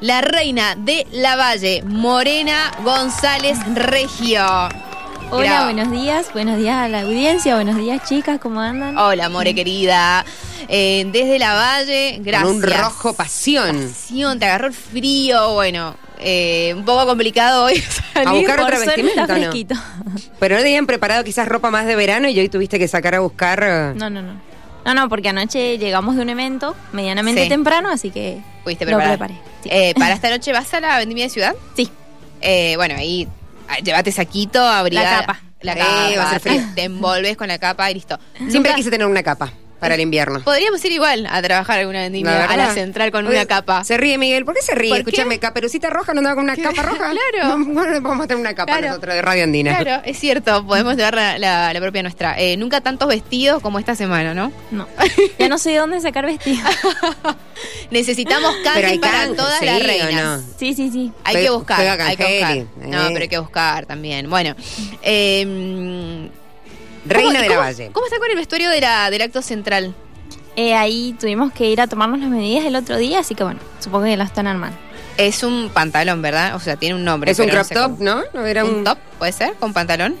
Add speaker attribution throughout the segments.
Speaker 1: la reina de la Valle, Morena González Regio.
Speaker 2: Hola, buenos días, buenos días a la audiencia, buenos días chicas, ¿cómo andan?
Speaker 3: Oh,
Speaker 1: Hola, More querida. Eh, desde la Valle, gracias.
Speaker 3: Con un rojo pasión.
Speaker 1: Pasión, te agarró el frío, bueno. eh, un poco complicado hoy salir.
Speaker 3: A buscar
Speaker 2: Por
Speaker 3: otra
Speaker 2: suerte
Speaker 3: vestimenta,
Speaker 2: está
Speaker 3: ¿no?
Speaker 2: fresquito.
Speaker 3: Pero no te habían preparado quizás ropa más de verano y hoy tuviste que sacar a buscar. eh,
Speaker 2: No, no, no. No, no, porque anoche llegamos de un evento medianamente
Speaker 1: Sí.
Speaker 2: temprano, así que
Speaker 1: Fuiste
Speaker 2: lo
Speaker 1: preparada.
Speaker 2: preparé. Sí.
Speaker 1: Eh, para esta noche vas a la vendimia de ciudad.
Speaker 2: Sí.
Speaker 1: Eh, bueno, ahí ah, llévate saquito, abrigada.
Speaker 2: La capa.
Speaker 1: La
Speaker 3: Sí,
Speaker 1: capa.
Speaker 3: va a ser frío.
Speaker 1: Te, te envolves con la capa y listo.
Speaker 3: Siempre
Speaker 1: Nunca-
Speaker 3: quise tener una capa para el invierno.
Speaker 1: Podríamos ir igual a trabajar alguna vendimia, a la
Speaker 3: verdad.
Speaker 1: central con
Speaker 3: Oye,
Speaker 1: una capa.
Speaker 3: Se ríe Miguel, ¿por qué se ríe?
Speaker 1: ¿Por qué?
Speaker 3: Escúchame, caperucita roja no andaba con una capa roja.
Speaker 1: Claro.
Speaker 3: No, no vamos a tener una capa
Speaker 1: Claro.
Speaker 3: nosotros de Radio Andina.
Speaker 1: Claro, es cierto, podemos llevar la, la- la propia nuestra. Eh, nunca tantos vestidos como esta semana, ¿no?
Speaker 2: No. Ya no sé de dónde sacar vestido.
Speaker 1: Necesitamos
Speaker 3: Pero hay
Speaker 1: canje para
Speaker 3: canje,
Speaker 1: todas
Speaker 3: sí,
Speaker 1: las
Speaker 3: ¿o
Speaker 1: reinas.
Speaker 3: no?
Speaker 2: Sí, sí, sí.
Speaker 1: Hay
Speaker 3: Jue-
Speaker 1: que buscar,
Speaker 3: juega con
Speaker 1: hay que buscar.
Speaker 3: Heli,
Speaker 1: No,
Speaker 3: eh.
Speaker 1: pero hay que buscar también. Bueno, eh,
Speaker 3: Reina
Speaker 1: ¿cómo-
Speaker 3: de la
Speaker 1: cómo-
Speaker 3: Valle.
Speaker 1: ¿Cómo está con el vestuario de la, del acto central?
Speaker 2: Eh, ahí tuvimos que ir a tomarnos las medidas el otro día, así que bueno, supongo que la están armando.
Speaker 1: Es un pantalón, ¿verdad? O sea, tiene un nombre.
Speaker 3: Es un
Speaker 1: pero no
Speaker 3: crop
Speaker 1: sé
Speaker 3: top,
Speaker 1: cómo.
Speaker 3: ¿no? ¿No era
Speaker 1: ¿Un top? ¿Puede ser? ¿Con pantalón?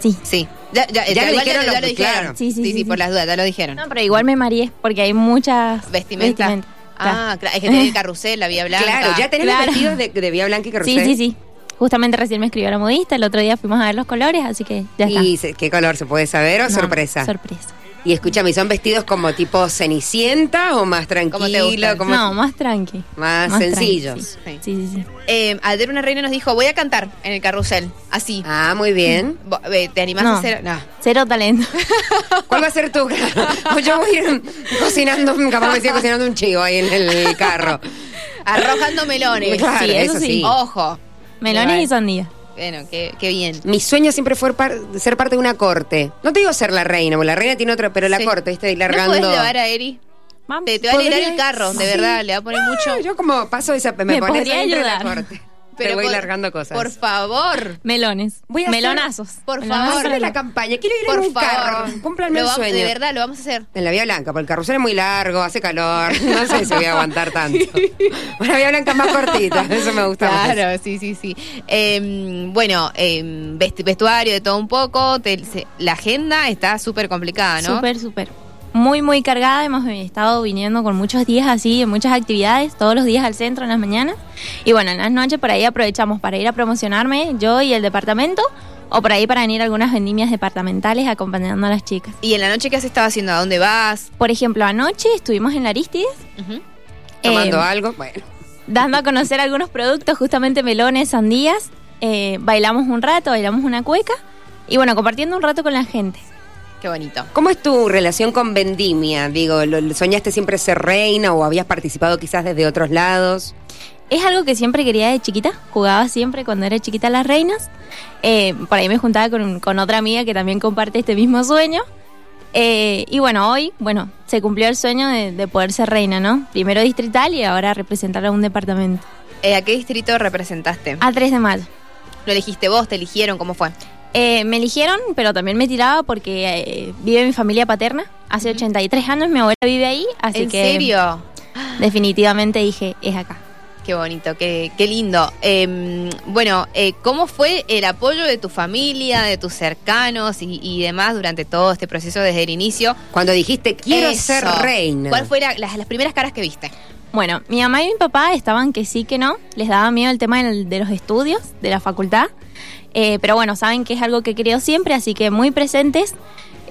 Speaker 2: Sí.
Speaker 1: Sí. Ya, ya,
Speaker 3: Ya
Speaker 1: ya-
Speaker 3: lo
Speaker 1: igual
Speaker 3: dijeron
Speaker 1: ya- ya
Speaker 3: los-
Speaker 1: lo dijeron.
Speaker 3: claro.
Speaker 1: Sí, sí, sí,
Speaker 2: sí.
Speaker 1: por las dudas, ya lo dijeron.
Speaker 2: No, pero igual me mareé porque hay muchas
Speaker 1: vestimenta.
Speaker 2: Claro.
Speaker 1: Ah, claro, es que tiene el carrusel, la vía blanca.
Speaker 3: Claro, ya tenés
Speaker 2: Claro.
Speaker 3: los vestidos de, de Vía Blanca y Carrusel.
Speaker 2: sí, sí, sí. Justamente recién me escribió la modista, el otro día fuimos a ver los colores, así que ya está.
Speaker 3: ¿Y se- qué color se puede saber o
Speaker 2: No,
Speaker 3: sorpresa?
Speaker 2: Sorpresa.
Speaker 3: y escúchame, ¿son vestidos como tipo cenicienta o más tranquilo?
Speaker 1: te gustan?
Speaker 3: como-
Speaker 2: No, más tranqui.
Speaker 3: Más sencillos.
Speaker 2: tranqui, sí. Sí, sí, sí.
Speaker 1: Eh, ayer una reina nos dijo, voy a cantar en el carrusel, así.
Speaker 3: Ah, muy bien.
Speaker 1: Bo- eh, ¿Te animás
Speaker 2: No.
Speaker 1: a hacer? No.
Speaker 2: Cero talento.
Speaker 3: ¿Cuál va a ser tu? Pues yo voy a ir cocinando, capaz me estoy cocinando un chivo ahí en el carro.
Speaker 1: Arrojando melones.
Speaker 3: Claro,
Speaker 2: Sí, eso
Speaker 3: eso
Speaker 2: sí.
Speaker 3: sí.
Speaker 1: Ojo.
Speaker 2: Melones y
Speaker 1: Igual.
Speaker 2: sandía.
Speaker 1: Bueno, qué, qué bien.
Speaker 3: Mi sueño siempre fue par- ser parte de una corte. No te digo ser la reina, porque la reina tiene otra, pero la
Speaker 1: Sí.
Speaker 3: corte, este,
Speaker 1: ¿No
Speaker 3: largando.
Speaker 1: podés llevar a Eri?
Speaker 2: Mam,
Speaker 1: Te, te va a
Speaker 2: podría-
Speaker 1: alegrar el carro, de
Speaker 2: Sí.
Speaker 1: verdad, le va a poner mucho...
Speaker 3: Ah, yo como paso esa, me,
Speaker 2: Me
Speaker 3: pones
Speaker 2: podría
Speaker 3: ahí entre la
Speaker 2: ayudar.
Speaker 3: corte. Te voy
Speaker 1: por-
Speaker 3: largando cosas.
Speaker 1: Por favor.
Speaker 2: Melones.
Speaker 3: Voy a hacer-
Speaker 2: Melonazos.
Speaker 1: Por
Speaker 2: Melonazos
Speaker 1: favor.
Speaker 2: para
Speaker 3: Hazme la
Speaker 2: los-
Speaker 3: campaña, quiero ir en
Speaker 1: Por
Speaker 3: un
Speaker 1: favor.
Speaker 3: carro. Cómplame
Speaker 1: Lo
Speaker 3: el
Speaker 1: vamos-
Speaker 3: sueño.
Speaker 1: De verdad, lo vamos a hacer.
Speaker 3: En la Vía Blanca, porque el carrusel es muy largo, hace calor. No sé si voy a aguantar tanto. Una Vía Blanca más cortita, eso me gusta más.
Speaker 1: Claro, sí, sí, sí. Eh, bueno, eh, vesti- vestuario de todo un poco. te- se- la agenda está súper complicada, ¿no?
Speaker 2: Súper, súper. Muy, muy cargada. Hemos estado viniendo con muchos días así, en muchas actividades, todos los días al centro en las mañanas. Y bueno, en las noches por ahí aprovechamos para ir a promocionarme yo y el departamento, o por ahí para venir a algunas vendimias departamentales acompañando a las chicas.
Speaker 1: ¿Y en la noche qué has estado haciendo? ¿A dónde vas?
Speaker 2: Por ejemplo, anoche estuvimos en la Aristides.
Speaker 1: Ujú.
Speaker 3: Tomando
Speaker 1: Em.
Speaker 2: eh,
Speaker 3: algo, bueno.
Speaker 2: dando a conocer algunos productos, justamente melones, sandías. Eh, bailamos un rato, bailamos una cueca. Y bueno, compartiendo un rato con la gente.
Speaker 1: Qué bonito.
Speaker 3: ¿Cómo es tu relación con Vendimia? Digo, ¿lo- lo- ¿soñaste siempre ser reina o habías participado quizás desde otros lados?
Speaker 2: Es algo que siempre quería de chiquita, jugaba siempre cuando era chiquita a las reinas. Eh, por ahí me juntaba con, con otra amiga que también comparte este mismo sueño. Eh, y bueno, hoy, bueno, se cumplió el sueño de, de poder ser reina, ¿no? Primero distrital y ahora representar a un departamento.
Speaker 1: Eh, ¿A qué distrito representaste?
Speaker 3: Ah.
Speaker 2: A 3 de mayo.
Speaker 1: ¿Lo elegiste vos? ¿Te eligieron? ¿Cómo fue?
Speaker 2: Eh, me eligieron, pero también me tiraba porque eh, vive mi familia paterna. Hace 83 años mi abuela vive ahí, así
Speaker 1: ¿En
Speaker 2: que
Speaker 1: serio?
Speaker 2: definitivamente dije, es acá.
Speaker 1: Qué bonito, qué, qué lindo. Eh, bueno, eh, ¿cómo fue el apoyo de tu familia, de tus cercanos y, y demás durante todo este proceso desde el inicio?
Speaker 3: Cuando dijiste, quiero
Speaker 1: Eso.
Speaker 3: ser reina.
Speaker 1: ¿Cuál fue la- las, las primeras caras que viste?
Speaker 2: Bueno, mi mamá y mi papá estaban que sí, que no. Les daba miedo el tema del- de los estudios, de la facultad. Eh, pero bueno, saben que es algo que he querido siempre, así que muy presentes.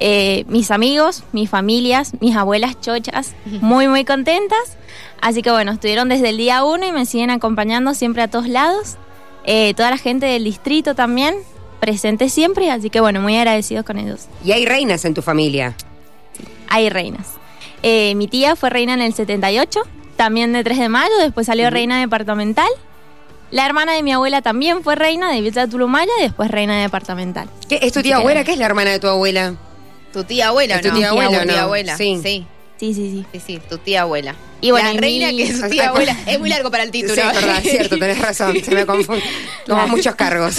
Speaker 2: Eh, mis amigos, mis familias, mis abuelas chochas, muy, muy contentas. Así que bueno, estuvieron desde el día uno y me siguen acompañando siempre a todos lados. Eh, toda la gente del distrito también, presente siempre. Así que bueno, muy agradecidos con ellos.
Speaker 3: Y hay reinas en tu familia.
Speaker 2: Hay reinas. Eh, mi tía fue reina en el 78, también de 3 de mayo, después salió reina departamental. La hermana de mi abuela también fue reina de Villa Tulumaya, después reina departamental.
Speaker 3: ¿Qué, ¿Es tu tía
Speaker 2: Sí.
Speaker 3: abuela? ¿Qué es la hermana de tu abuela?
Speaker 1: ¿Tu tía abuela
Speaker 3: ¿Es tu
Speaker 1: no?
Speaker 3: tía abuela
Speaker 1: Tu
Speaker 3: o no?
Speaker 1: tía abuela,
Speaker 3: Sí.
Speaker 1: sí.
Speaker 2: Sí, sí, sí.
Speaker 1: Sí, sí, tu tía abuela.
Speaker 2: Y bueno, y
Speaker 1: la reina
Speaker 2: mi-
Speaker 1: que es tu tía abuela. Es muy largo para el título.
Speaker 3: Sí, es verdad, es cierto, tenés razón, se me confunde. Como
Speaker 2: Claro.
Speaker 3: muchos cargos.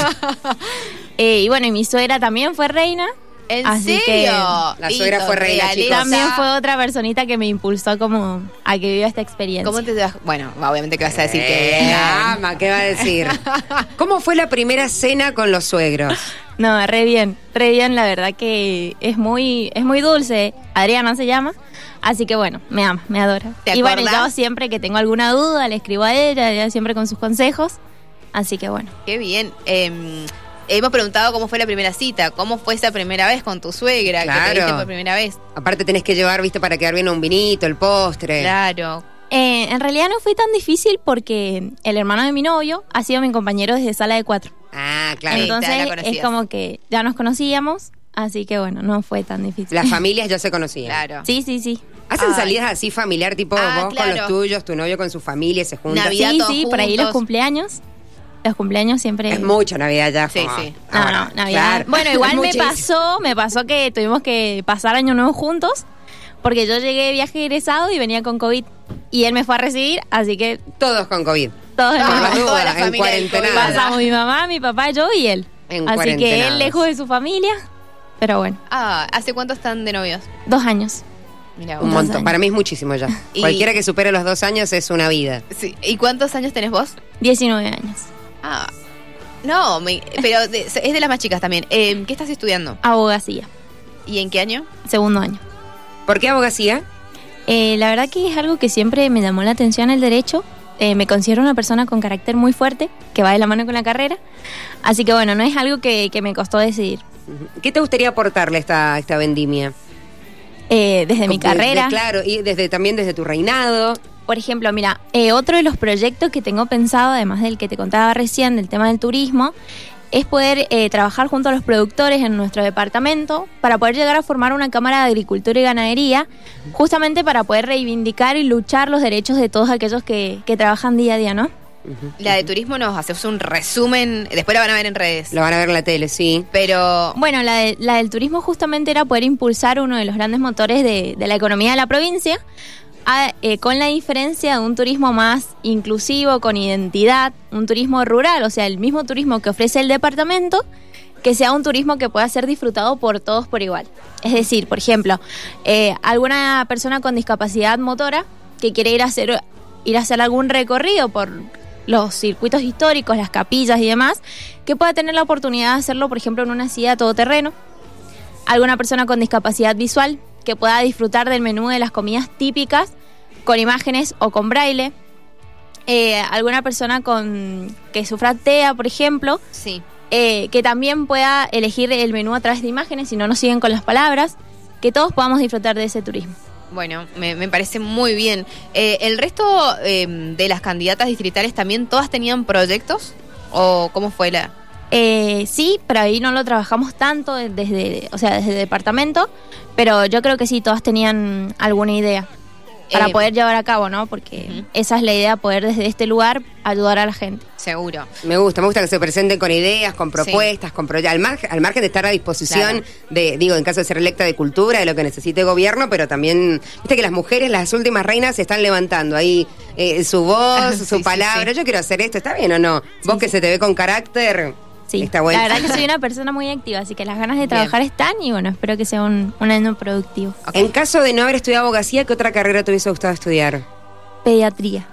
Speaker 2: Eh, y bueno, y mi suegra también fue reina.
Speaker 1: ¿En
Speaker 2: Así
Speaker 1: serio?
Speaker 2: que
Speaker 3: la suegra
Speaker 1: Listo,
Speaker 3: fue reina,
Speaker 1: regalera,
Speaker 3: chicos.
Speaker 2: También
Speaker 1: ya.
Speaker 2: fue otra personita que me impulsó como a que viva esta experiencia.
Speaker 1: ¿Cómo te llevas? Bueno, obviamente que Ah, vas a decir que...
Speaker 3: Eh, ama, ¿qué va a decir? ¿Cómo fue la primera cena con los suegros?
Speaker 2: No, re bien, re bien, la verdad que es muy, es muy dulce. Adriana se llama. Así que bueno, me ama, me adora.
Speaker 1: ¿Te
Speaker 2: y bueno,
Speaker 1: acordás?
Speaker 2: yo siempre que tengo alguna duda, le escribo a ella, ella siempre con sus consejos. Así que bueno.
Speaker 1: Qué bien. Eh, hemos preguntado cómo fue la primera cita, cómo fue esa primera vez con tu suegra, que te
Speaker 3: Claro.
Speaker 1: viste por primera vez.
Speaker 3: Aparte tenés que llevar, viste, para quedar bien un vinito, el postre.
Speaker 1: Claro.
Speaker 2: Eh, en realidad no fue tan difícil porque el hermano de mi novio ha sido mi compañero desde sala de cuatro.
Speaker 3: Ah, claro.
Speaker 1: Sí, te- la
Speaker 2: Entonces es
Speaker 1: conocías.
Speaker 2: como que ya nos conocíamos, así que bueno, no fue tan difícil.
Speaker 3: Las familias ya se conocían.
Speaker 1: Claro.
Speaker 2: Sí, sí, sí.
Speaker 3: ¿Hacen
Speaker 1: Ay.
Speaker 3: salidas así familiar, tipo
Speaker 1: Ah,
Speaker 3: vos
Speaker 1: claro.
Speaker 3: con los tuyos, tu novio con su familia, se juntan?
Speaker 1: Navidad.
Speaker 2: sí,
Speaker 1: todos
Speaker 2: sí, por ahí los
Speaker 1: juntos.
Speaker 2: cumpleaños. Los cumpleaños siempre...
Speaker 3: Es mucho Navidad ya.
Speaker 1: Sí,
Speaker 3: como
Speaker 1: sí.
Speaker 2: No,
Speaker 3: ahora.
Speaker 2: no, Navidad.
Speaker 3: Claro.
Speaker 2: Bueno,
Speaker 3: Es
Speaker 2: igual me
Speaker 3: muchísimo.
Speaker 2: pasó, me pasó que tuvimos que pasar año nuevo juntos, porque yo llegué de viaje egresado y venía con COVID. Y él me fue a recibir, así que
Speaker 3: Todos con COVID.
Speaker 2: todos
Speaker 1: Ah,
Speaker 2: hemos
Speaker 3: Por las
Speaker 1: toda
Speaker 3: dudas,
Speaker 1: la
Speaker 3: en
Speaker 1: familia del
Speaker 3: cuarentena.
Speaker 1: COVID.
Speaker 2: pasamos mi mamá, mi papá, yo y él.
Speaker 3: En
Speaker 2: así que
Speaker 3: cuarentenados.
Speaker 2: él lejos de su familia, pero bueno,
Speaker 1: Ah, ¿hace cuánto están de novios?
Speaker 2: dos años.
Speaker 1: Mira
Speaker 3: Un
Speaker 2: Dos
Speaker 3: montón.
Speaker 2: años.
Speaker 3: Para mí es muchísimo ya.
Speaker 1: Y-
Speaker 3: Cualquiera que supere los dos años es una vida.
Speaker 1: ¿Y cuántos años tenés vos?
Speaker 2: 19 años.
Speaker 1: Ah. No, me- pero de- es de las más chicas también. Eh, ¿Qué estás estudiando?
Speaker 2: Abogacía,
Speaker 1: ¿Y en qué año?
Speaker 2: segundo año.
Speaker 3: ¿Por qué abogacía?
Speaker 2: Eh, la verdad que es algo que siempre me llamó la atención el derecho. Eh, me considero una persona con carácter muy fuerte, que va de la mano con la carrera. Así que bueno, no es algo que, que me costó decidir.
Speaker 3: ¿Qué te gustaría aportarle a esta, esta vendimia?
Speaker 2: Eh, desde mi
Speaker 3: Como de-
Speaker 2: carrera,
Speaker 3: de- claro, y desde también desde tu reinado.
Speaker 2: por ejemplo, mira, eh, otro de los proyectos que tengo pensado, además del que te contaba recién, del tema del turismo, es poder eh, trabajar junto a los productores en nuestro departamento para poder llegar a formar una Cámara de Agricultura y Ganadería, justamente para poder reivindicar y luchar los derechos de todos aquellos que, que trabajan día a día, ¿no?
Speaker 1: La de turismo nos hacemos un resumen, después la van a ver en redes.
Speaker 3: Lo van a ver en la tele, sí.
Speaker 1: Pero
Speaker 2: Bueno, la, de- la del turismo justamente era poder impulsar uno de los grandes motores de, de la economía de la provincia, a- eh, con la diferencia de un turismo más inclusivo, con identidad, un turismo rural, o sea, el mismo turismo que ofrece el departamento, que sea un turismo que pueda ser disfrutado por todos por igual. Es decir, por ejemplo, eh, alguna persona con discapacidad motora que quiere ir a hacer ir a hacer algún recorrido por los circuitos históricos, las capillas y demás, que pueda tener la oportunidad de hacerlo, por ejemplo, en una silla todoterreno. Alguna persona con discapacidad visual que pueda disfrutar del menú de las comidas típicas con imágenes o con braille. Eh, alguna persona con que sufra TEA, por ejemplo,
Speaker 1: sí.
Speaker 2: eh, que también pueda elegir el menú a través de imágenes si no nos siguen con las palabras, que todos podamos disfrutar de ese turismo.
Speaker 1: Bueno, me, me parece muy bien. Eh, ¿El resto eh, de las candidatas distritales también todas tenían proyectos? ¿O cómo fue la...?
Speaker 2: Eh, sí, pero ahí no lo trabajamos tanto desde, o sea, desde el departamento, pero yo creo que sí, todas tenían alguna idea para
Speaker 1: Eh,
Speaker 2: poder llevar a cabo, ¿no? Porque
Speaker 1: Ujú.
Speaker 2: esa es la idea, poder desde este lugar ayudar a la gente.
Speaker 1: Seguro.
Speaker 3: Me gusta, me gusta que se presenten con ideas, con propuestas, con proye- al, margen, al margen de estar a disposición de, digo, en caso de ser electa de cultura, de lo que necesite el gobierno, pero también, viste que las mujeres, las últimas reinas, se están levantando ahí eh, su voz,
Speaker 1: Sí,
Speaker 3: su
Speaker 1: sí,
Speaker 3: palabra,
Speaker 1: sí.
Speaker 3: yo quiero hacer esto, ¿está bien o no? Vos que se te ve con carácter,
Speaker 2: Sí,
Speaker 3: está bueno.
Speaker 2: la verdad que soy una persona muy activa, así que las ganas de
Speaker 1: Bien.
Speaker 2: trabajar están y bueno, espero que sea un, un año productivo.
Speaker 1: Ok.
Speaker 3: En caso de no haber estudiado abogacía, ¿qué otra carrera te hubiese gustado estudiar?
Speaker 2: Pediatría.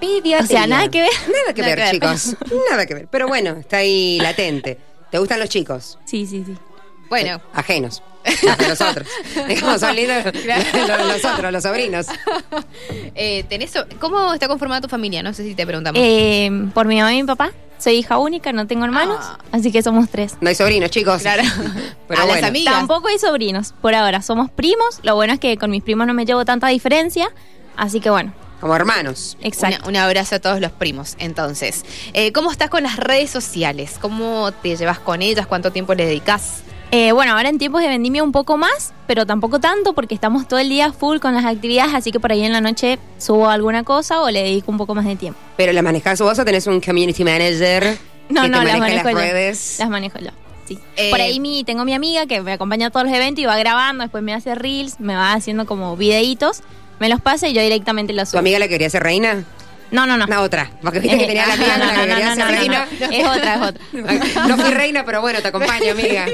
Speaker 3: Pediatría.
Speaker 2: O sea, nada que ver.
Speaker 3: Nada que
Speaker 1: Nada
Speaker 3: ver,
Speaker 1: que ver.
Speaker 3: chicos. Nada que ver. Pero bueno, está ahí latente. ¿Te gustan los chicos?
Speaker 2: Sí, sí, sí.
Speaker 1: Bueno,
Speaker 3: Ajenos. Los de nosotros. Digamos, son lindos los, los otros, los sobrinos.
Speaker 1: eh, ¿tenés, so- ¿cómo está conformada tu familia? No sé si te preguntamos.
Speaker 2: Eh, por mi mamá y mi papá, soy hija única, no tengo hermanos,
Speaker 1: Ah.
Speaker 2: así que somos tres.
Speaker 3: No hay sobrinos, chicos.
Speaker 1: Claro.
Speaker 3: Pero
Speaker 1: A las
Speaker 3: bueno.
Speaker 1: amigas.
Speaker 2: Tampoco hay sobrinos, por ahora. Somos primos. Lo bueno es que con mis primos no me llevo tanta diferencia. Así que bueno,
Speaker 3: Como hermanos.
Speaker 2: exacto.
Speaker 1: Una- un abrazo a todos los primos. Entonces, eh, ¿cómo estás con las redes sociales? ¿Cómo te llevas con ellas? ¿Cuánto tiempo le dedicas?
Speaker 2: Eh, bueno, ahora en tiempos de vendimia un poco más, pero tampoco tanto porque estamos todo el día full con las actividades, así que por ahí en la noche subo alguna cosa o le dedico un poco más de tiempo.
Speaker 3: Pero las manejás vos o tenés un community manager.
Speaker 2: No,
Speaker 3: que
Speaker 2: no,
Speaker 3: te
Speaker 2: las
Speaker 3: maneja
Speaker 2: manejo
Speaker 3: las
Speaker 2: yo.
Speaker 3: redes.
Speaker 2: Las manejo yo. Sí.
Speaker 1: Eh,
Speaker 2: por ahí mi, tengo mi amiga que me acompaña a todos los eventos y va grabando, después me hace reels, me va haciendo como videitos, me los pasa y yo directamente los
Speaker 3: ¿Tu
Speaker 2: subo.
Speaker 3: amiga la que quería ser reina?
Speaker 2: No, no, Eh, no.
Speaker 3: No, otra. Porque viste
Speaker 1: Eh,
Speaker 3: que tenía la tía con la que quería ser reina.
Speaker 2: Es otra, es otra.
Speaker 3: No fui reina, pero bueno, te acompaño, amiga.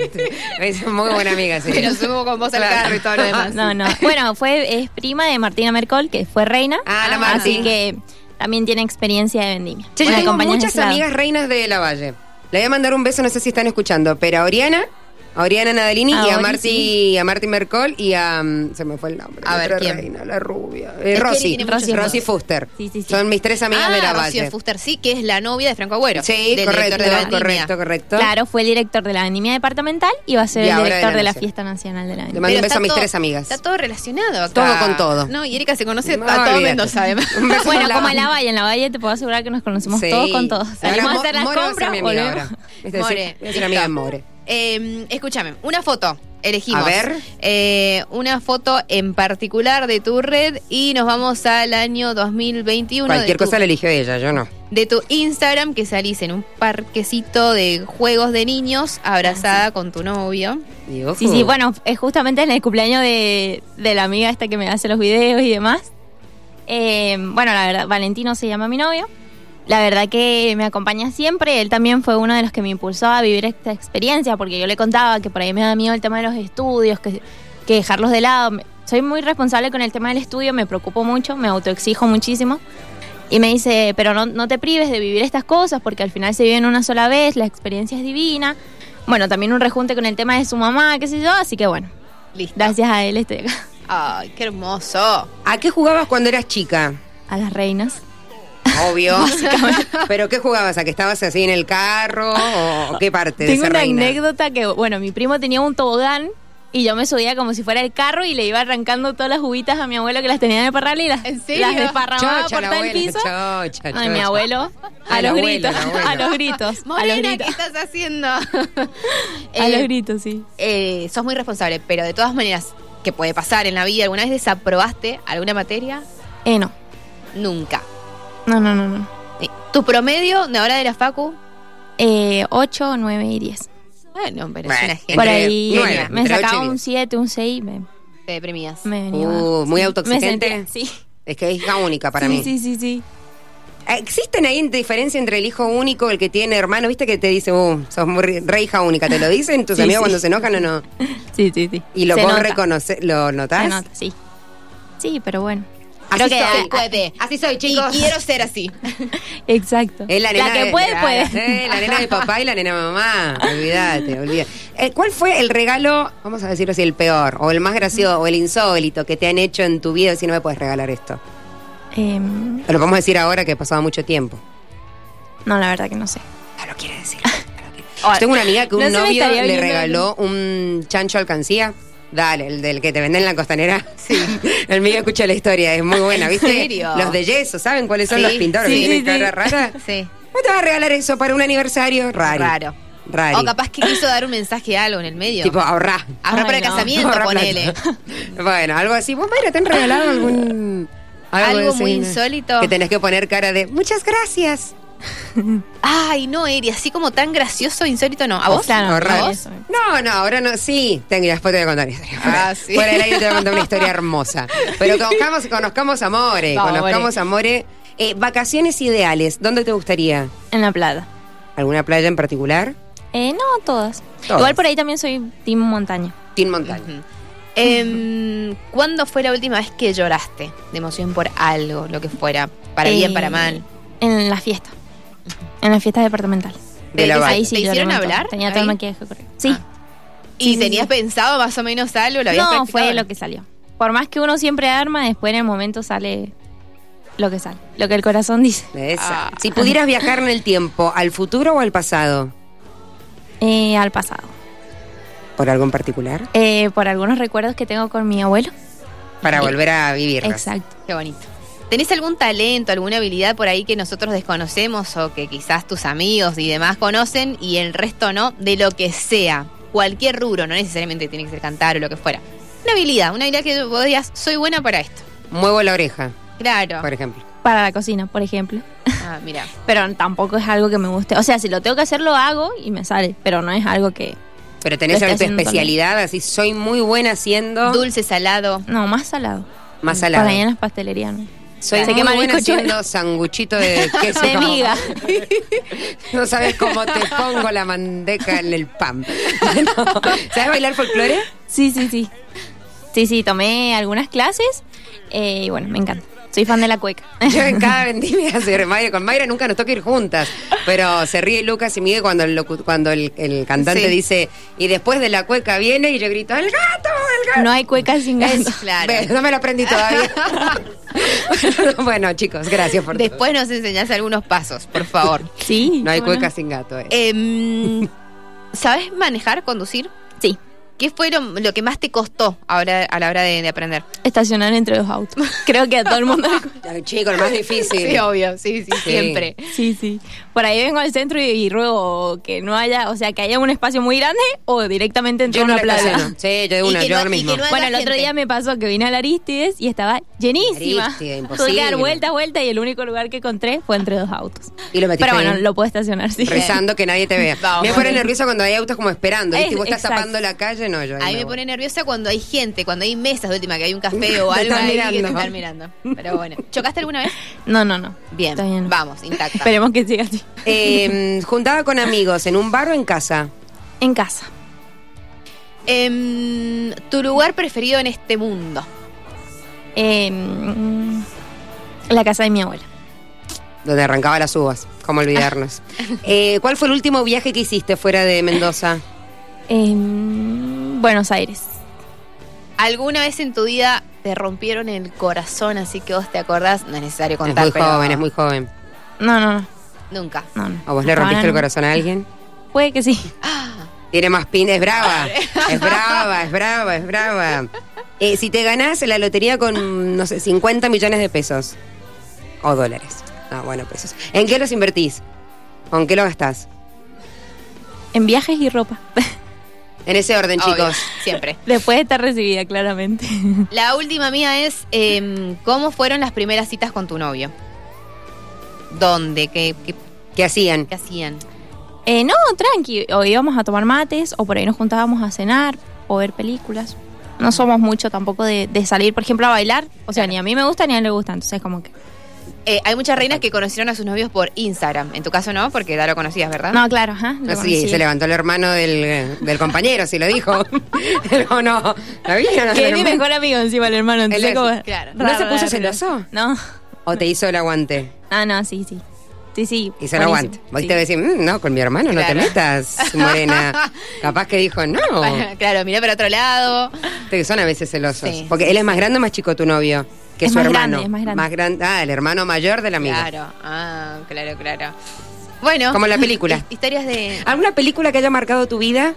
Speaker 3: Es muy buena amiga, sí.
Speaker 1: Pero subo con vos al carro y todo lo demás.
Speaker 2: No, no. Bueno, fue, es prima de Martina Mercol, que fue reina.
Speaker 3: Ah, la Marti.
Speaker 2: Así que también tiene experiencia de vendimia.
Speaker 3: Che, yo
Speaker 2: Bueno,
Speaker 3: tengo
Speaker 2: compañías de
Speaker 3: muchas
Speaker 2: ese lado.
Speaker 3: amigas reinas de la Valle. Le voy a mandar un beso, no sé si están escuchando, pero a Oriana, a Oriana Nadalini
Speaker 2: A
Speaker 3: y a
Speaker 2: Ori,
Speaker 3: Marti,
Speaker 2: sí.
Speaker 3: a Marti Mercol y a mm, se me fue el nombre,
Speaker 1: A
Speaker 3: la
Speaker 1: ver,
Speaker 3: otra
Speaker 1: ¿quién?
Speaker 3: reina, la rubia, Eh,
Speaker 1: Es que
Speaker 3: Rosy,
Speaker 1: tiene
Speaker 2: muchos
Speaker 3: Rosy,
Speaker 2: nombres.
Speaker 3: Rosy Fuster.
Speaker 2: Sí, sí, sí.
Speaker 3: Son mis tres amigas
Speaker 1: ah,
Speaker 3: de la
Speaker 1: Rocío
Speaker 3: Valle.
Speaker 1: Fuster, sí, que es la novia de Franco Agüero.
Speaker 3: Sí,
Speaker 1: del director
Speaker 3: correcto,
Speaker 1: de Vendimia.
Speaker 3: correcto, correcto.
Speaker 2: Claro, fue el director de la anemia departamental y va a ser
Speaker 3: Y
Speaker 2: el
Speaker 3: ahora de
Speaker 2: director
Speaker 3: la
Speaker 2: de la
Speaker 3: nación.
Speaker 2: fiesta nacional de la
Speaker 3: Le
Speaker 2: anemia.
Speaker 3: mando un
Speaker 1: Pero
Speaker 3: beso a
Speaker 1: está
Speaker 3: mis
Speaker 1: todo-
Speaker 3: tres amigas.
Speaker 1: Está todo relacionado acá.
Speaker 3: Todo con todo.
Speaker 1: No, y Erika se conoce
Speaker 3: No,
Speaker 1: a todo
Speaker 3: olvídate.
Speaker 1: Mendoza, además.
Speaker 3: Un beso
Speaker 2: Bueno,
Speaker 3: por la
Speaker 2: como en
Speaker 3: banda.
Speaker 2: la valle, en la valle te puedo asegurar que nos conocemos
Speaker 3: Sí.
Speaker 2: todos con todos. Salimos
Speaker 3: Ahora
Speaker 2: a hacer las
Speaker 3: Mo- More va a
Speaker 2: compras,
Speaker 3: ser mi amiga
Speaker 2: volvemos.
Speaker 3: ahora. Es decir,
Speaker 1: More,
Speaker 3: voy a ser amiga de
Speaker 1: listo.
Speaker 3: More.
Speaker 1: Eh, escúchame, una foto. Elegimos.
Speaker 3: A ver.
Speaker 1: Eh, una foto en particular de tu red y nos vamos al año 2021.
Speaker 3: Cualquier
Speaker 1: de tu,
Speaker 3: cosa la eligió ella, yo no.
Speaker 1: de tu Instagram que salís en un parquecito de juegos de niños abrazada con tu novio.
Speaker 3: Y, ojo.
Speaker 2: Sí, sí, bueno, es justamente en el cumpleaños de, de la amiga esta que me hace los videos y demás. Eh, bueno, la verdad, Valentino se llama mi novio. La verdad que me acompaña siempre. Él también fue uno de los que me impulsó a vivir esta experiencia, porque yo le contaba que por ahí me da miedo el tema de los estudios, que, que dejarlos de lado. Me- Soy muy responsable con el tema del estudio, me preocupo mucho, me autoexijo muchísimo. Y me dice, pero no, no te prives de vivir estas cosas, porque al final se viven una sola vez, la experiencia es divina. Bueno, también un rejunte con el tema de su mamá, qué sé yo, así que bueno,
Speaker 1: Listo.
Speaker 2: gracias a él este, estoy acá.
Speaker 1: Ay, qué hermoso.
Speaker 3: ¿A qué jugabas cuando eras chica?
Speaker 2: A las reinas.
Speaker 3: Obvio. ¿Pero qué jugabas? ¿A que estabas así en el carro? ¿O qué parte de
Speaker 2: Tengo
Speaker 3: ser
Speaker 2: una
Speaker 3: reina?
Speaker 2: anécdota que, bueno, mi primo tenía un tobogán y yo me subía como si fuera el carro y le iba arrancando todas las ubitas a mi abuelo que las tenía en el parral y las,
Speaker 1: ¿En serio?
Speaker 2: las desparramaba
Speaker 3: Chocha,
Speaker 2: por
Speaker 3: la
Speaker 2: todo el
Speaker 3: abuela,
Speaker 2: piso.
Speaker 3: chocha,
Speaker 2: Ay,
Speaker 3: chocha. Ah,
Speaker 2: mi abuelo. A
Speaker 3: El
Speaker 2: los
Speaker 3: abuelo,
Speaker 2: gritos,
Speaker 3: el abuelo.
Speaker 2: a los gritos. A los
Speaker 1: Morena, ¿qué
Speaker 2: gritos.
Speaker 1: estás haciendo?
Speaker 2: A los
Speaker 1: Eh,
Speaker 2: gritos, sí.
Speaker 1: eh, sos muy responsable, pero de todas maneras, ¿qué puede pasar en la vida? ¿Alguna vez desaprobaste alguna materia?
Speaker 2: Eh, no.
Speaker 1: Nunca.
Speaker 2: No, no, no, no.
Speaker 1: Eh, ¿Tu promedio de ahora de la facu?
Speaker 2: Eh, 8, 9 y 10.
Speaker 1: Bueno, pero es una
Speaker 3: Bueno, Entre
Speaker 2: Por
Speaker 1: gente
Speaker 2: ahí
Speaker 3: nueve,
Speaker 2: me
Speaker 3: entre ocho y
Speaker 2: sacaba
Speaker 3: diez.
Speaker 2: un 7, un 6 me,
Speaker 1: te deprimías.
Speaker 2: me venía
Speaker 3: Uh,
Speaker 2: abajo.
Speaker 3: muy
Speaker 2: Sí.
Speaker 3: autoexigente.
Speaker 2: Me sentía- Sí.
Speaker 3: Es que es hija única para
Speaker 2: sí,
Speaker 3: mí.
Speaker 2: Sí, sí, sí.
Speaker 3: ¿Existen ahí diferencia entre el hijo único, el que tiene hermano? ¿Viste que te dice, uh, sos muy re re hija única? ¿Te lo dicen tus
Speaker 2: Sí,
Speaker 3: amigos
Speaker 2: sí.
Speaker 3: cuando se enojan o no?
Speaker 2: Sí, sí, sí.
Speaker 3: ¿Y lo
Speaker 2: Se
Speaker 3: vos
Speaker 2: nota,
Speaker 3: reconoce- ¿Lo
Speaker 2: se
Speaker 3: notás?
Speaker 2: nota, sí. Sí, pero bueno.
Speaker 3: Así
Speaker 1: Creo que
Speaker 3: soy.
Speaker 1: ah, puede.
Speaker 3: Así soy,
Speaker 1: Y
Speaker 3: chicos.
Speaker 1: quiero ser así.
Speaker 2: Exacto.
Speaker 3: Es la, nena
Speaker 2: que
Speaker 3: de-
Speaker 2: puede,
Speaker 3: claro,
Speaker 2: puede.
Speaker 1: ¿eh?
Speaker 3: sí, la nena de papá y la nena de mamá. Olvídate, olvídate. Eh, ¿Cuál fue el regalo, vamos a decirlo así, el peor, o el más gracioso, o el insólito que te han hecho en tu vida? Si no me puedes regalar esto.
Speaker 2: Em,
Speaker 3: Te Lo podemos decir ahora que ha pasado mucho tiempo.
Speaker 2: no, la verdad que no sé.
Speaker 3: No lo quiere decir. no lo quiere. Tengo una amiga que un
Speaker 2: Oh, No se me
Speaker 3: novio
Speaker 2: estaría
Speaker 3: le
Speaker 2: viendo.
Speaker 3: regaló un chancho alcancía. Dale, el del que te venden en la costanera. Sí. El mío escucha la historia, es muy buena, ¿viste?
Speaker 1: serio?
Speaker 3: Los de yeso, ¿saben cuáles son
Speaker 1: Sí,
Speaker 3: los pintores?
Speaker 1: sí,
Speaker 3: que tienen
Speaker 2: sí,
Speaker 3: cara
Speaker 2: sí.
Speaker 3: rara.
Speaker 1: Sí.
Speaker 3: ¿Cómo te vas a regalar eso para un aniversario? Raro.
Speaker 1: Raro.
Speaker 3: Raro.
Speaker 1: O capaz que quiso dar un mensaje a algo en el medio.
Speaker 3: Tipo, ahorrá.
Speaker 1: Ahora
Speaker 2: Ay,
Speaker 1: para el
Speaker 2: no.
Speaker 1: casamiento,
Speaker 3: Ahorrá
Speaker 1: ponele.
Speaker 3: plata. bueno, algo así. ¿Vos, Mayra, te han regalado algún.
Speaker 1: Algo
Speaker 3: así,
Speaker 1: muy
Speaker 3: no?
Speaker 1: insólito.
Speaker 3: Que tenés que poner cara de muchas gracias.
Speaker 1: Ay, no, Eri, así como tan gracioso, insólito, no. ¿A vos?
Speaker 2: Claro,
Speaker 1: ¿A
Speaker 3: Ahorrá.
Speaker 2: raro.
Speaker 1: vos?
Speaker 3: No, no, ahora no. Sí, tengo, después te voy a contar una historia.
Speaker 1: Ah, sí.
Speaker 3: Por el aire te voy a contar una historia hermosa. Pero conozcamos, conozcamos amores.
Speaker 1: Vamos,
Speaker 3: conozcamos amores. Eh, vacaciones ideales. ¿Dónde te gustaría?
Speaker 2: En la plata.
Speaker 3: ¿Alguna playa en particular?
Speaker 2: Eh, no, todas.
Speaker 3: Todas.
Speaker 2: Igual por ahí también soy Team Montaña.
Speaker 3: Tin Montaña.
Speaker 1: Em, ¿Cuándo fue la última vez que lloraste de emoción por algo, lo que fuera? Para bien,
Speaker 2: Eh,
Speaker 1: para mal.
Speaker 2: En la fiesta. En la fiesta departamental.
Speaker 3: De la
Speaker 1: Ah, ¿Te-
Speaker 3: Valle.
Speaker 2: ahí sí
Speaker 1: ¿Te
Speaker 2: lloré
Speaker 1: hicieron
Speaker 2: un montón.
Speaker 1: hablar
Speaker 2: Tenía todo el
Speaker 1: ahí?
Speaker 2: maquillaje corrido. Sí.
Speaker 1: ¿Y
Speaker 2: Sí, sí,
Speaker 1: tenías
Speaker 2: sí.
Speaker 1: pensado más o menos algo? ¿Lo habías
Speaker 2: no,
Speaker 1: practicado?
Speaker 2: fue lo que salió. Por más que uno siempre arma, después en el momento sale lo que sale, lo que el corazón dice.
Speaker 3: Esa.
Speaker 1: Ah.
Speaker 3: Si pudieras viajar en el tiempo, ¿al futuro o al pasado?
Speaker 2: Eh, al pasado.
Speaker 3: ¿Por algo en particular?
Speaker 2: Eh, por algunos recuerdos que tengo con mi abuelo.
Speaker 3: Para volver a vivir.
Speaker 2: Eh, Exacto.
Speaker 1: Qué bonito. ¿Tenés algún talento, alguna habilidad por ahí que nosotros desconocemos o que quizás tus amigos y demás conocen y el resto no? De lo que sea, cualquier rubro, no necesariamente tiene que ser cantar o lo que fuera. Una habilidad, una habilidad que vos digas, soy buena para esto.
Speaker 3: Muevo la oreja,
Speaker 1: Claro.
Speaker 3: por ejemplo.
Speaker 2: Para la cocina, por ejemplo.
Speaker 1: Ah, mira.
Speaker 2: Pero tampoco es algo que me guste. O sea, si lo tengo que hacer, lo hago y me sale. Pero no es algo que.
Speaker 3: Pero tenés
Speaker 2: Lo
Speaker 3: tu
Speaker 2: estoy haciendo
Speaker 3: especialidad, así soy muy buena haciendo
Speaker 1: Dulce, salado.
Speaker 2: No, más salado.
Speaker 3: más salado.
Speaker 2: Por ahí en las pastelerías, ¿no?
Speaker 3: Soy
Speaker 2: Se
Speaker 3: muy
Speaker 2: queman el
Speaker 3: buena
Speaker 2: cochuelo.
Speaker 3: haciendo sanguchito de queso.
Speaker 2: De
Speaker 3: como-
Speaker 2: miga.
Speaker 3: No sabes cómo te pongo la manteca en el pan. No. ¿Sabes bailar folclore?
Speaker 2: Sí, sí, sí. Sí, sí, tomé algunas clases eh, y bueno, me encanta. Soy fan de la cueca.
Speaker 3: Yo en cada vendimia se- Mayra- con Mayra nunca nos toca ir juntas, pero se ríe Lucas y Miguel cuando el, locu- cuando el, el cantante
Speaker 1: Sí.
Speaker 3: dice, y después de la cueca viene y yo grito, ¡el gato! ¡el gato!
Speaker 2: No hay cueca sin gato.
Speaker 1: Claro.
Speaker 3: Ve, no me lo aprendí todavía. bueno, chicos, gracias por todo.
Speaker 1: Después nos enseñás algunos pasos, por favor.
Speaker 2: Sí.
Speaker 3: No hay
Speaker 2: ¿cómo
Speaker 3: cueca sin gato. eh.
Speaker 1: Em, ¿Sabes manejar, conducir?
Speaker 2: Sí.
Speaker 1: ¿Qué fue lo, lo que más te costó ahora a la hora de, de aprender?
Speaker 2: Estacionar entre los autos. Creo que a todo el mundo. le cuesta.
Speaker 3: Ay, Chicos, lo más difícil.
Speaker 1: Sí, obvio, sí, sí,
Speaker 3: Sí.
Speaker 1: siempre.
Speaker 2: Sí, sí. Por ahí vengo al centro y, y ruego que no haya, o sea, que haya un espacio muy grande o directamente entre
Speaker 3: yo no
Speaker 2: una
Speaker 3: la
Speaker 2: playa.
Speaker 3: estaciono. Sí, yo de una,
Speaker 1: Y que
Speaker 3: yo
Speaker 1: no-
Speaker 3: ahora
Speaker 1: y que
Speaker 3: mismo.
Speaker 1: no hay-
Speaker 2: Bueno, el otro
Speaker 1: gente.
Speaker 2: día me pasó que vine al Aristides y estaba llenísima.
Speaker 3: Aristide,
Speaker 2: Tuve que
Speaker 3: imposible.
Speaker 2: dar vuelta, vuelta y el único lugar que encontré fue entre dos autos.
Speaker 3: Y lo metiste
Speaker 2: Pero bueno,
Speaker 3: ahí.
Speaker 2: lo puedo estacionar, sí.
Speaker 3: Rezando que nadie te vea.
Speaker 1: Vamos.
Speaker 3: me pone nerviosa cuando hay autos como esperando. ¿viste?
Speaker 2: Es-
Speaker 3: Y vos estás
Speaker 2: exacto.
Speaker 3: tapando la calle, no, yo. ahí
Speaker 1: A mí me
Speaker 3: voy.
Speaker 1: pone nerviosa cuando hay gente, cuando hay mesas de última, que hay un café o
Speaker 3: Te
Speaker 1: algo
Speaker 3: están
Speaker 1: ahí que
Speaker 3: mirando.
Speaker 1: te están mirando. Pero bueno, ¿chocaste alguna vez?
Speaker 2: No, no, no.
Speaker 1: Bien,
Speaker 2: Todavía no.
Speaker 1: vamos, intacta.
Speaker 2: Esperemos que siga así.
Speaker 3: Eh, juntada con amigos, ¿en un bar o en casa?
Speaker 2: En casa.
Speaker 1: Em, tu lugar preferido en este mundo.
Speaker 2: Eh, mm, la casa de mi abuela.
Speaker 3: Donde arrancaba las uvas, cómo olvidarnos. Eh, ¿Cuál fue el último viaje que hiciste fuera de Mendoza?
Speaker 2: Eh, mm, Buenos Aires.
Speaker 1: ¿Alguna vez en tu vida te rompieron el corazón, así que vos te acordás? No es necesario contar,
Speaker 3: es muy
Speaker 1: pero
Speaker 3: joven, es muy joven.
Speaker 2: No, no, no.
Speaker 1: Nunca.
Speaker 2: no, no.
Speaker 3: ¿O vos le
Speaker 2: Ahora
Speaker 3: rompiste el
Speaker 2: no.
Speaker 3: corazón a alguien?
Speaker 2: Puede que sí.
Speaker 3: Tiene más pines, es brava. Es brava, es brava, es brava. Eh, si te ganás la lotería con, no sé, 50 millones de pesos. O dólares. Ah, bueno, pesos. ¿En qué los invertís? ¿O en qué lo gastás?
Speaker 2: En viajes y ropa.
Speaker 3: En ese orden,
Speaker 1: Obvio,
Speaker 3: chicos.
Speaker 1: Siempre.
Speaker 2: Después de estar recibida, claramente.
Speaker 1: La última mía es, em, ¿cómo fueron las primeras citas con tu novio? ¿Dónde? ¿Qué, qué-
Speaker 3: ¿Qué hacían?
Speaker 1: qué hacían?
Speaker 2: Eh, no, tranqui. O íbamos a tomar mates, o por ahí nos juntábamos a cenar, o ver películas. No somos mucho tampoco de, de salir, por ejemplo, a bailar. O sea, ni a mí me gusta ni a él le gusta. Entonces, como que.
Speaker 1: Eh, hay muchas reinas que conocieron a sus novios por Instagram. En tu caso no, porque ya lo conocías, ¿verdad?
Speaker 2: No, claro, ajá. lo
Speaker 3: No, sí,
Speaker 2: conocí.
Speaker 3: Ah. se levantó el hermano del, del compañero, si lo dijo. no, no. ¿La vieron?
Speaker 2: Que es
Speaker 3: El
Speaker 2: mi
Speaker 3: hermano.
Speaker 2: mejor amigo encima, el hermano. Entonces,
Speaker 3: Él es-
Speaker 2: como-
Speaker 1: claro.
Speaker 3: ¿No se puso
Speaker 2: raro.
Speaker 3: celoso?
Speaker 2: No.
Speaker 3: ¿O te hizo el aguante?
Speaker 2: Ah, no, sí, sí. Sí, sí.
Speaker 3: Hizo el aguante.
Speaker 2: buenísimo,
Speaker 3: Vos
Speaker 2: sí.
Speaker 3: te decís, "Mm, no, con mi hermano no te
Speaker 1: Claro.
Speaker 3: metas, morena. Capaz que dijo, no.
Speaker 1: claro, mirá para otro lado.
Speaker 3: Que son a veces celosos.
Speaker 1: Sí.
Speaker 3: Porque él es más grande o más chico tu novio que
Speaker 2: Es
Speaker 3: su
Speaker 2: más
Speaker 3: hermano.
Speaker 2: grande, es más grande.
Speaker 3: gran- ah, el hermano mayor del amigo.
Speaker 1: Claro, ah, claro, claro. Bueno.
Speaker 3: Como la película.
Speaker 1: his- Historias de...
Speaker 3: ¿Alguna película que haya marcado tu vida?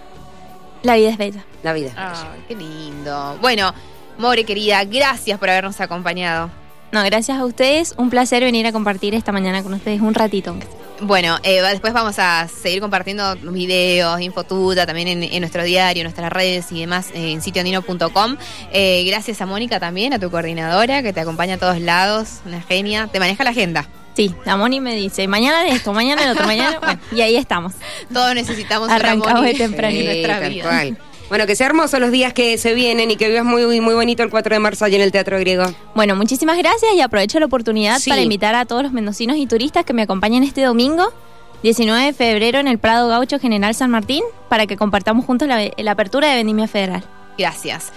Speaker 2: La vida es bella.
Speaker 3: La vida.
Speaker 1: Ah, qué lindo. Bueno, More querida, gracias por habernos acompañado.
Speaker 2: No, gracias a ustedes. Un placer venir a compartir esta mañana con ustedes un ratito. aunque sea.
Speaker 1: Bueno, eh, va- después vamos a seguir compartiendo videos, infotuta, también en, en nuestro diario, en nuestras redes y demás, eh, en sitioandino.com. Eh, gracias a Mónica también, a tu coordinadora, que te acompaña a todos lados, una genia. Te maneja la agenda.
Speaker 2: Sí, la Moni me dice, mañana de esto, mañana de otro, mañana. Bueno, y ahí estamos.
Speaker 1: Todos necesitamos una
Speaker 2: Arrancamos
Speaker 1: Moni
Speaker 2: de temprano.
Speaker 1: en nuestra
Speaker 3: tal
Speaker 1: vida.
Speaker 3: cual. Bueno, que sean hermosos los días que se vienen y que vivas muy, muy bonito el 4 de marzo allí en el Teatro Griego.
Speaker 2: Bueno, muchísimas gracias y aprovecho la oportunidad
Speaker 3: Sí.
Speaker 2: para invitar a todos los mendocinos y turistas que me acompañen este domingo, 19 de febrero, en el Prado Gaucho General San Martín, para que compartamos juntos la, la apertura de Vendimia Federal.
Speaker 1: Gracias.